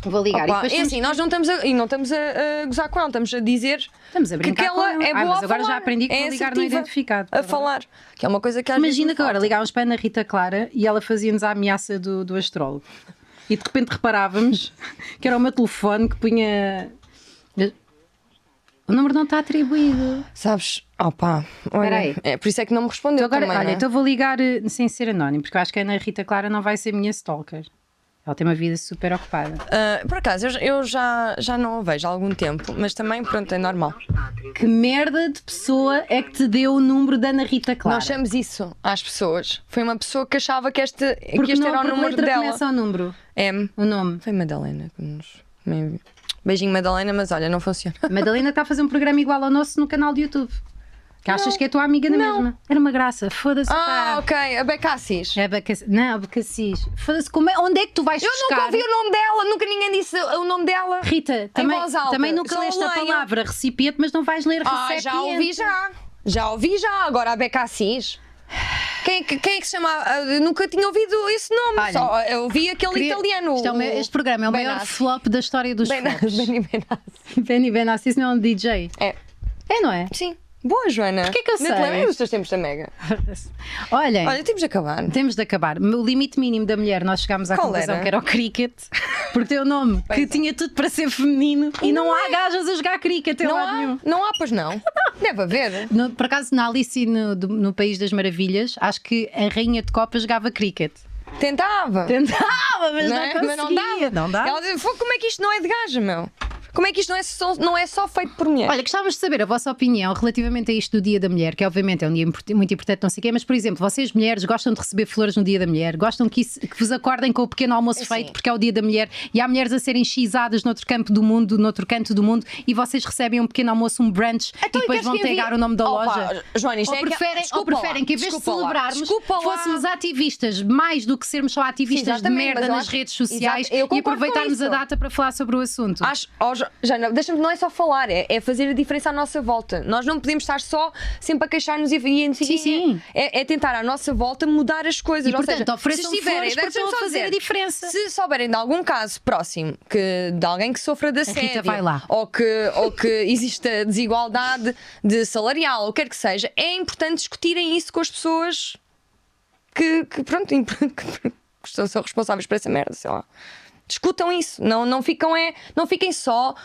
vou ligar. Opa, e depois é assim, nós não estamos, a, e não estamos a, a gozar com ela, estamos a dizer Estamos a que, brincar ela com ela. é boa Ai, mas a agora falar. já aprendi que é vou ligar no assertiva identificado. Tá A falar. Que é uma coisa que às Imagina vezes que agora me falta. ligávamos para a Ana Rita Clara e ela fazia-nos a ameaça do, do astrólogo. e de repente reparávamos que era o meu telefone que punha. O número não está atribuído. Sabes? Opa, Espera olha. aí. É por isso é que não me respondeu Então agora, também, olha, não é? então vou ligar eh, sem ser anónimo, porque eu acho que a Ana Rita Clara não vai ser minha stalker. Ela tem uma vida super ocupada. Ah, por acaso, eu, já- eu já, já não a vejo há algum tempo, mas também, pronto, é normal. Que merda de pessoa é que te deu o número da Ana Rita Clara? Nós chamamos isso às pessoas. Foi uma pessoa que achava que este, que porque este não, era o porque número letra dela. começa o número, M. o nome. Foi Madalena que nos. me enviou. Beijinho, Madalena, mas olha, não funciona. Madalena está a fazer um programa igual ao nosso no canal do YouTube. Que achas que é a tua amiga na mesma? Era uma graça, foda-se. Ah, pá. ok, a Beca Assis. É abacac... Não, abacacis. Foda-se, como é- onde é que tu vais Eu buscar? nunca ouvi o nome dela, nunca ninguém disse o nome dela. Rita, também, voz alta. também nunca Só leste a leio. palavra recipiente, mas não vais ler Ah, recipiente. já ouvi já. Já ouvi já. Agora a Beca Assis. Quem, é que- quem é que se chama? Eu nunca tinha ouvido esse nome. Olha, Só ah, eu ouvi aquele Queria- italiano. Isto é o meu- o- este programa é o maior Benassi. flop da história dos Benassi, flops. Benny Benassi. Benny Benassi, isso não é um DJ. É. É, não é? Sim. Boa, Joana. Porquê que eu Não sei? É. te lembras dos teus tempos da Mega? Olhem, Olha, temos de acabar. temos de acabar. O limite mínimo da mulher, nós chegámos à Qual conclusão era? que era o cricket, porque tem o nome que Pois é. tinha tudo para ser feminino e não, há gajas a jogar cricket em Não lado há? nenhum. Não há, pois não. Deve haver. No- por acaso, na Alice no, do- no País das Maravilhas, acho que a Rainha de Copas jogava cricket. Tentava. Tentava, Né? mas não, é? conseguia. Mas não dá. Não dá. Ela diz, "Fogo, como é que isto não é de gajo, meu? Como é que isto não é só, não é só feito por mulheres? Olha, gostávamos de saber a vossa opinião relativamente a isto do Dia da Mulher, que obviamente é um dia import- muito importante, não sei o quê, mas, por exemplo, vocês mulheres gostam de receber flores no Dia da Mulher? Gostam que, isso- que vos acordem com o pequeno almoço feito porque é o Dia da Mulher e há mulheres a serem xisadas noutro campo do mundo, noutro canto do mundo e vocês recebem um pequeno almoço, um brunch Então, e depois vão pegar o nome da Opa, loja? Joana, isto Ou é que- preferem, ou desculpa lá, preferem que, em vez de desculpa lá, celebrarmos, desculpa lá. fôssemos ativistas mais do que sermos só ativistas de exatamente, merda mas eu nas acho- redes sociais Exato, eu e concordo com aproveitarmos a isso. data para falar sobre o assunto? Acho, oh, Jo- Joana, deixa-me, não é só falar, é, é fazer a diferença à nossa volta. Nós não podemos estar só sempre a queixar-nos e, e, Sim, sim. É, é tentar à nossa volta mudar as coisas. E, Ou portanto, seja, ofereçam se estiverem, flores porque deixa-me estão a só fazer a diferença. Se souberem de algum caso próximo que, de alguém que sofra de assédio vai lá. Ou, que, ou que exista desigualdade de salarial, ou quer que seja, é importante discutirem isso com as pessoas que, que, pronto, que são são responsáveis por essa merda, sei lá. Discutam isso, não, não, ficam, é, não fiquem só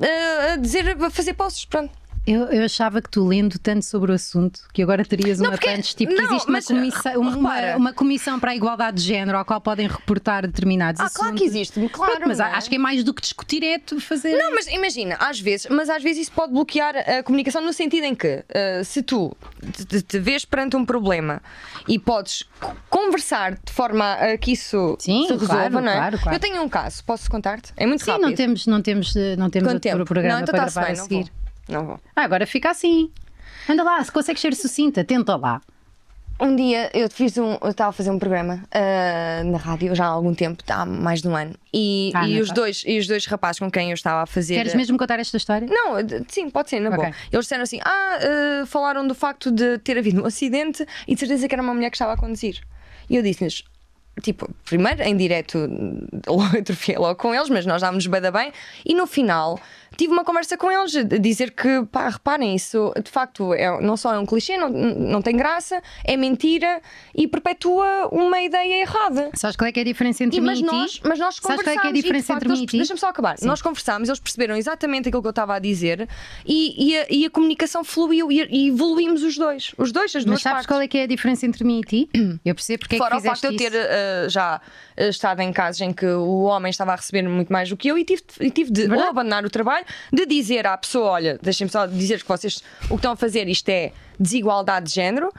eh, a dizer, a fazer posts, pronto. Eu, eu achava que tu lendo tanto sobre o assunto que agora terias uma porque- tantos tipo que não, existe uma, mas, uh, comissão, uma, repara. uma comissão para a igualdade de género ao qual podem reportar determinados Ah, assuntos. claro que existe, claro. Pronto, mas não a- é? acho que é mais do que discutir, é tu fazer. Não, mas imagina, às vezes, mas às vezes isso pode bloquear a comunicação no sentido em que eh, se tu te, te- te vês perante um problema e podes co- conversar de forma a que isso Sim, se resolva, claro, não é? claro, claro. Eu tenho um caso, posso contar-te? É muito Sim, rápido. não temos, não temos, eh, não temos Quanto outro tempo? programa não, então para está-se gravar bem, a não seguir. vou. Não vou. Ah, agora fica assim. Anda lá, se consegues ser sucinta, tenta lá. Um dia eu fiz um. Eu estava a fazer um programa ah, na rádio já há algum tempo, há mais de um ano. E, Ah, e não os tá. dois, e os dois rapazes com quem eu estava a fazer. Queres mesmo contar esta história? Não, eh, de- sim, pode ser, na Ok. boa. Eles disseram assim: ah, ah, falaram do facto de ter havido um acidente e de certeza que era uma mulher que estava a conduzir. E eu disse-lhes. Tipo, primeiro em direto logo atrofiei logo com eles, mas nós dávamos bem da bem, e no final tive uma conversa com eles, a dizer que pá, reparem, isso de facto é, não só é um clichê, não, não tem graça, é mentira e perpetua uma ideia errada. Sabes qual é que é a diferença entre E, mim mas, e ti? nós, mas nós Sabes conversámos. qual é que é a e, de diferença facto, entre mim e eles- ti? Deixa-me só acabar. Sim. Nós conversámos, eles perceberam exatamente aquilo que eu estava a dizer e, e a, e a comunicação fluiu e, e evoluímos os dois. Os dois, as duas Mas sabes partes. qual é que é a diferença entre mim e ti? Eu percebo porque Fora é o que fizeste facto de eu ter isso. eh, já eh, estado em casos em que o homem estava a receber muito mais do que eu e tive, e tive de ou Verdade. abandonar o trabalho, de dizer à pessoa: olha, deixem-me só dizer que vocês o que estão a fazer isto é desigualdade de género.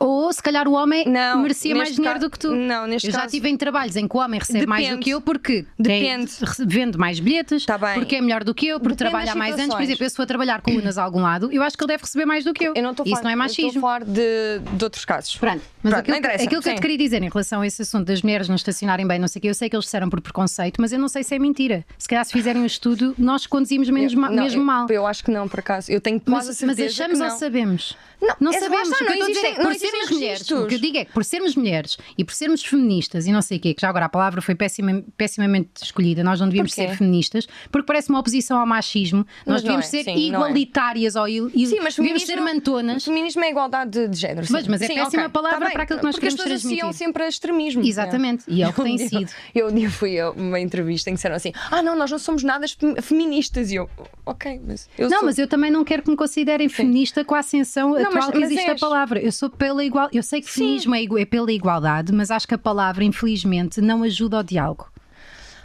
Ou se calhar o homem Não, merecia mais neste dinheiro ca- do que tu. não, neste eu já caso- tive em trabalhos em que o homem recebe mais do Depende. que eu porque Depende. tem- rece- vende mais bilhetes, Tá bem. porque é melhor do que eu, porque Depende das trabalha há mais anos. Por situações. exemplo, eu se for trabalhar com Unas a algum lado, eu acho que ele deve receber mais do que eu. Eu não estou a Isso falar- não é eu estou a machismo. falar de, de outros casos. Pronto, mas Pronto, aquilo, não que- interessa, aquilo que eu te sim. queria dizer em relação a esse assunto das mulheres não estacionarem bem, não sei o quê, eu sei que eles disseram por preconceito, mas eu não sei se é mentira. Se calhar, se fizerem um estudo, nós conduzimos menos ma- Não, mesmo eu- mal. Eu, acho que não, por acaso. Eu tenho quase a Mas, mas certeza. achamos que ou não. sabemos? Não, Não é- lá sabemos. O está, que eu não estou a dizer é existem- que não por sermos sermos mesmos mulheres, registros. o que eu digo é que por sermos mulheres e por sermos feministas e não sei o quê, que já agora a palavra foi péssima- pessimamente escolhida, nós não devíamos Porquê? ser feministas, porque parece uma oposição ao machismo, Mas nós não devíamos é, ser sim, não é. igualitárias ou il, il- Sim, mas devíamos feminismo, ser mantonas. Feminismo é igualdade de, de género. sim. Mas- mas é sim, péssima ok. palavra Tá bem, para aquilo que nós Porque as queremos pessoas associam transmitir. sempre a extremismo. Exatamente, e é o que Eu um tem dia- sido. Eu um dia fui a uma entrevista em que disseram assim: Ah, não, nós não somos nada fem- feministas. E eu, ok, mas eu Não, sou. mas eu também não quero que me considerem feminista com a ascensão mas- atual que mas existe a és. palavra. Eu sou pela igual, eu sei que feminismo é, igu- é pela igualdade, mas acho que a palavra infelizmente não ajuda ao diálogo.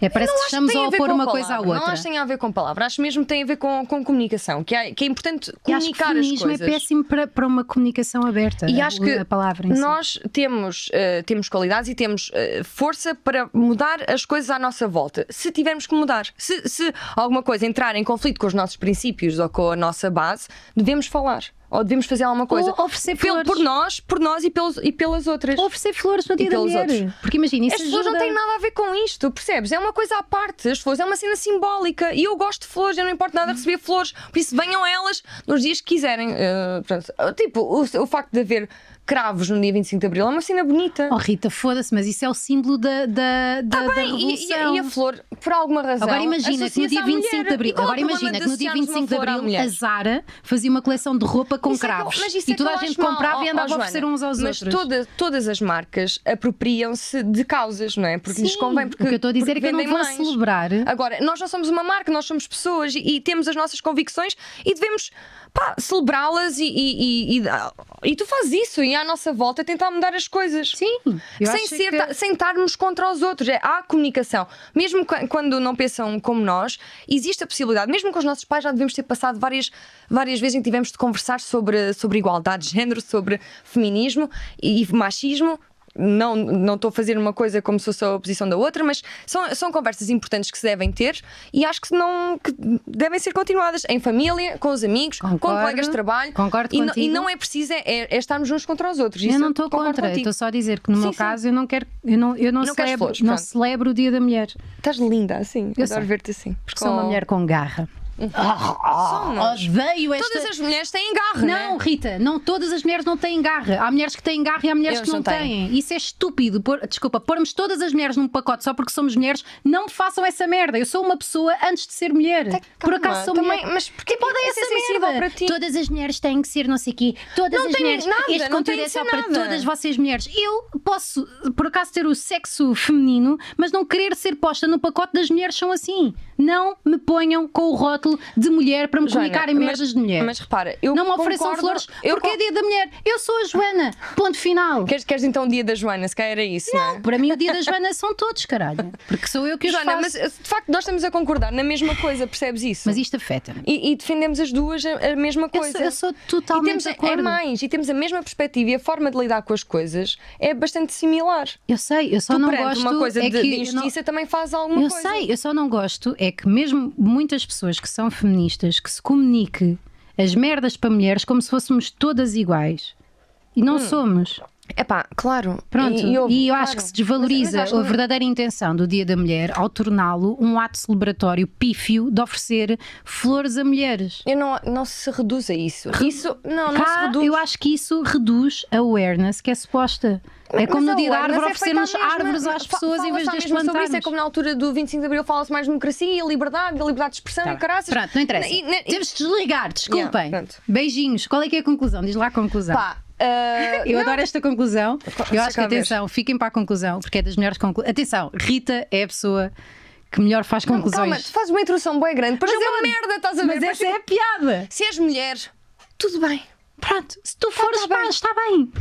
É parece que Não acho estamos tem a ver opor com uma a coisa à palavra. outra. Não acho que tem a ver com palavra, acho mesmo que tem a ver com, com comunicação, que é, que é importante E acho que o comunicar as feminismo é coisas. péssimo para, para uma comunicação aberta. E a- acho que a palavra em si. Nós temos, eh, temos qualidades e temos eh, força para mudar as coisas à nossa volta, se tivermos que mudar. Se, se alguma coisa entrar em conflito com os nossos princípios ou com a nossa base, devemos falar. Ou devemos fazer alguma coisa. Ou oferecer Pelo- flores. por nós, por nós e, pelos, e pelas outras. Ou oferecer flores no dia da pelos mulher. outros. Porque imagina, isso As pessoas ajuda... não têm nada a ver com isto, percebes? É uma coisa à parte. As flores é uma cena simbólica. E eu gosto de flores, eu não importo nada receber flores. Por isso, venham elas nos dias que quiserem. Eh, pronto. Tipo, o, o facto de haver cravos no dia 25 de Abril é uma cena bonita. Oh Rita, foda-se, mas isso é o símbolo da, da, da, da Tá Bem, e- e, revolução. e a flor, por alguma razão. Agora imagina que no associa-se dia à 25 mulher. de E Abril, qual é o agora problema imagina de que no dia associarmos 25 de uma flor à Abril mulher? a Zara fazia uma coleção de roupa com Isso é que eu- cravos mas isso é e que toda eu a gente acho mal. comprava Oh, e oh, andava a Joana, oferecer uns aos mas outros. toda- todas as marcas apropriam-se de causas, não é? Porque lhes Sim, convém. Porque, o que eu estou a dizer é que porque eu não vendem vou mais. celebrar. Agora, nós não somos uma marca, nós somos pessoas e, e temos as nossas convicções e devemos pá, celebrá-las e, e, e, e dá- e tu fazes isso e à nossa volta tentar mudar as coisas. Sim, eu Sem, acho ser, que- ta- sem estarmos contra os outros. É, há comunicação. Mesmo qu- quando não pensam como nós, existe a possibilidade. Mesmo com os nossos pais, já devemos ter passado várias, várias vezes em que tivemos de conversar sobre, sobre igualdade de género, sobre feminismo e machismo. Não não estou a fazer uma coisa como se fosse a oposição da outra, mas são, são conversas importantes que se devem ter e acho que, não, que devem ser continuadas em família, com os amigos, com Concordo. colegas de trabalho. Concordo e, não- e contigo. não é preciso é, é estarmos uns contra os outros. Isso Eu não estou concordo contra, contigo. estou só a dizer que no Sim, meu sim. caso eu não quero, eu não, eu não, Não queres celebro, flores, não pronto. celebro o Dia da Mulher. Estás linda assim. Eu adoro sei. ver-te assim. Porque sou uma mulher com garra. Só nós. Odeio esta. Todas as mulheres têm garra, Oh, Não, né? Rita, não todas as mulheres não têm garra. Há mulheres que têm garra e há mulheres Eles que não não têm. têm. Isso é estúpido. Pôr- desculpa, pormos todas as mulheres num pacote só porque somos mulheres, não me façam essa merda. Eu sou uma pessoa antes de ser mulher. Tá, Por calma, acaso sou também- mulher. mas porquê Tipo, que odeio isso é essa sensível merda. para ti? Todas as mulheres têm que ser não sei o quê. Todas Não as tem mulheres. nada, este não conteúdo tem é de só ser para nada. todas vocês mulheres. Eu posso, por acaso, ter o sexo feminino, mas não querer ser posta no pacote das mulheres são assim. Não me ponham com o rótulo de mulher para me Joana, comunicarem mas- merdas de mulher. Mas repara, eu Não me ofereçam concordo- flores eu porque é con- dia da mulher. Eu sou a Joana. Ponto final. Queres, queres então o dia da Joana? Se calhar era isso, não, é? Para mim, o dia da Joana são todos, caralho. Porque sou eu que os Joana, faço. mas Mas, de facto nós estamos a concordar na mesma coisa, percebes isso? isto afeta-me. E, e defendemos as duas a, a mesma Eu coisa. sou, eu sou é. e totalmente temos, de é acordo. mais, e temos a mesma perspectiva e a forma de lidar com as coisas é bastante similar. Eu sei, eu só tu não perante gosto. uma coisa é de, que de eu não- injustiça também faz alguma Eu coisa. sei, eu só não gosto é que mesmo muitas pessoas que são feministas que se comunique as merdas para mulheres como se fôssemos todas iguais. E Hum. não somos. É pá, claro. Pronto, e, eu houve, acho claro. que se desvaloriza Mas- mas acho a que- verdadeira intenção do Dia da Mulher ao torná-lo um ato celebratório pífio de oferecer flores a mulheres. Eu não, não se reduz a isso. Isso não, não se Cá, reduz. eu acho que isso reduz a awareness que é suposta. é como Mas no a dia da awareness árvore é feita oferecermos à mesma. árvores às Fa- pessoas em fala-se vez à de as mesma sobre plantarmos. isso é como na altura do 25 de Abril fala-se mais democracia e liberdade, e a liberdade de expressão Tá e bem. caraças. Pronto, não interessa. E- e- Temos de desligar, desculpem. Yeah, pronto. Beijinhos. Qual é que é a conclusão? Diz lá a conclusão. Pá, ah, Eu adoro esta conclusão. Eu Deixa acho que, cá ver. atenção, fiquem para a conclusão, porque é das melhores conclusões. Atenção, Rita é a pessoa que melhor faz conclusões. calma, tu fazes uma introdução bem grande. Para Mas dizer eu- merda, estás a ver? Mas Depois essa é a piada. fica- Se és mulher, tudo bem. Pronto, se tu fores tá paz, bem. está bem.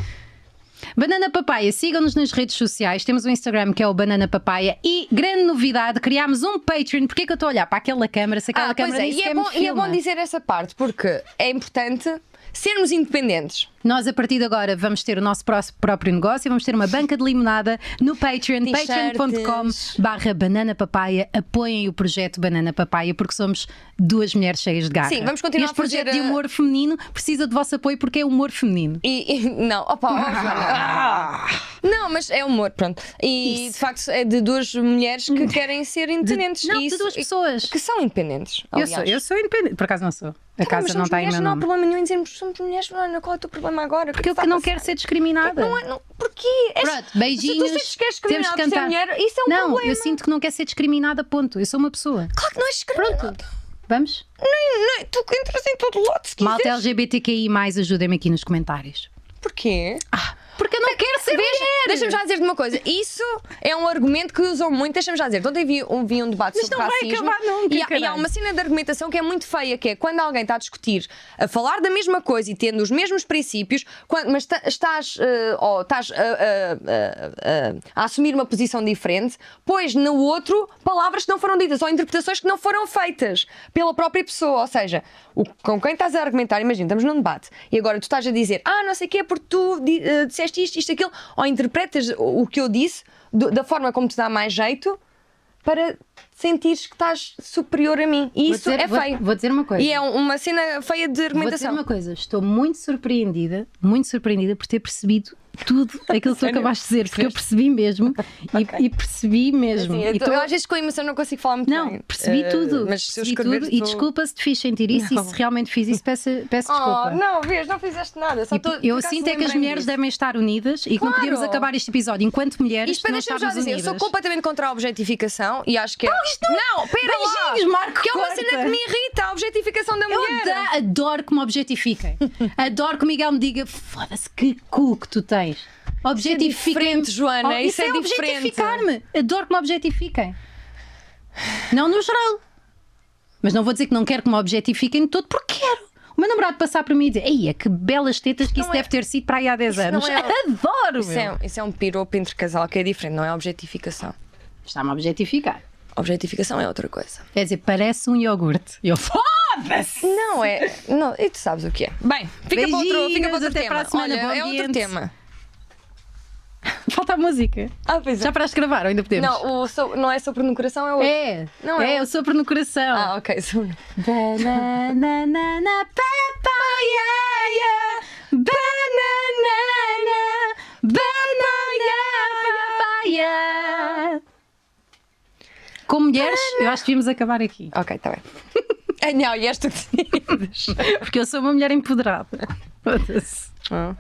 Banana Papaya, sigam-nos nas redes sociais. Temos o Instagram que é o Banana Papaya e grande novidade, criámos um Patreon. Porquê que eu estou a olhar para aquela câmara se aquela Ah, pois câmara é, nem e sequer é, me bom, e é bom filma? dizer essa parte, porque é importante sermos independentes. Nós, a partir de agora, vamos ter o nosso pró- próprio negócio e vamos ter uma banca de limonada no Patreon, T-shirts. patreon.com/barra Banana Papaya. Apoiem o projeto Banana Papaya porque somos duas mulheres cheias de garra. Sim, vamos continuar Este a fazer, projeto de uh, humor feminino precisa do vosso apoio porque é humor feminino. E, e- não, opa, ó, Joana, Não, mas é humor, pronto. E Ah! Isso. de facto é de duas mulheres que querem ser independentes. Não, e de isso- duas pessoas. Que são independentes. Eu aliás. sou, eu sou independente. Por acaso não sou. A Tá bem, casa não mas somos está em mulheres, meu Não há nome. problema nenhum em dizermos que somos mulheres, Ana, qual é o teu problema agora? O que Porque é eu que que está não a quero ser passar? discriminada. Não é, não, porquê? És- Pronto, Se tu beijinhos. sentes que és Temos discriminada que por ser cantar. mulher, isso é um não, problema. eu sinto que não quero ser discriminada, ponto. Eu sou uma pessoa. Claro que não és discriminada. Pronto. Vamos? Não, tu entras em todo lado se quiseres. Malta LGBTQI, ajudem-me aqui nos comentários. Porquê? Porque eu não quero ser Deixa- mulher. Deixa-me já dizer-te uma coisa. Isso é um argumento que usam muito. Deixa-me já dizer. Ontem vi um, vi um debate Mas sobre não vai racismo. acabar nunca, e, há, e há caralho. uma cena de argumentação que é muito feia, que é quando alguém está a discutir, a falar da mesma coisa e tendo os mesmos princípios, quando- mas ta- estás, eh, ou estás a, a- a- a- a assumir uma posição diferente, pois no outro palavras que não foram ditas ou interpretações que não foram feitas pela própria pessoa. Ou seja, o- com quem estás a argumentar, imagina, estamos num debate e agora tu estás a dizer, ah, não sei o quê, porque tu di- eh, disseste isto, isto, aquilo, ou interpretas o o que eu disse do- da forma como te dá mais jeito para sentires que estás superior a mim. E Vou isso dizer- é vou- feio. vou dizer uma coisa. E é um- uma cena feia Vou de dizer argumentação. uma coisa, estou muito surpreendida, muito surpreendida por ter percebido tudo aquilo que tu acabaste de dizer, porque eu percebi mesmo e- e, percebi mesmo. Sim, E Assim, eu, tô- tô- eu às vezes com emoção não consigo falar muito Não, bem. percebi Eh, tudo. Mas se eu percebi escrever, tudo. estou- E desculpa se te fiz sentir isso e se realmente fiz isso, peço, peço Oh, desculpa. não, vês, não fizeste nada. Só E tô- assim por eu acaso sinto é que as lembrei-me mulheres disso. devem estar unidas e que não Claro. podíamos acabar este episódio enquanto mulheres. Isto para não deixar já estávamos dizer, eu sou unidas. completamente contra a objetificação e acho que é. Não, isto não! pera lá! Beijinhos, Marco, Que é uma corta. cena que me irrita, a objetificação da Eu mulher. É ade- adoro que me objetifiquem. adoro que o Miguel me diga: foda-se, que cu que tu tens. é Objetifiquem. é diferente, Joana, isso é diferente. Oh, objetificar-me. Adoro que me objetifiquem. Não no geral. Mas não vou dizer que não quero que me objetifiquem de todo, porque quero. O meu namorado passar por mim e dizer: Eia, que belas tetas que isso não é- deve ter sido para aí há 10 não anos. é- Adoro! Isso é, isso é um piropo entre casal que é diferente, não é objetificação. Está-me a objetificar. Objetificação é outra coisa. Quer dizer, parece um iogurte. E Eu foda-se! Não é. Não, e tu sabes o que é. Bem, fica para outro, fica para Beijinhos, outro até tema. para a semana, Olha, bom é outro ambiente. tema. Falta a música. Ah, pois é. Já para as gravar, ou ainda podemos? Não, o so- não é sobre no coração, é o outro. É, Não, é, é o sopro no coração. Ah, ok, sobre. Banana, papaya, banana, banana, papaya. Com mulheres, eu acho que devíamos acabar aqui. Ok, está bem. Ah, não, e és tu que dizes. Porque eu sou uma mulher empoderada. Foda-se. Ah.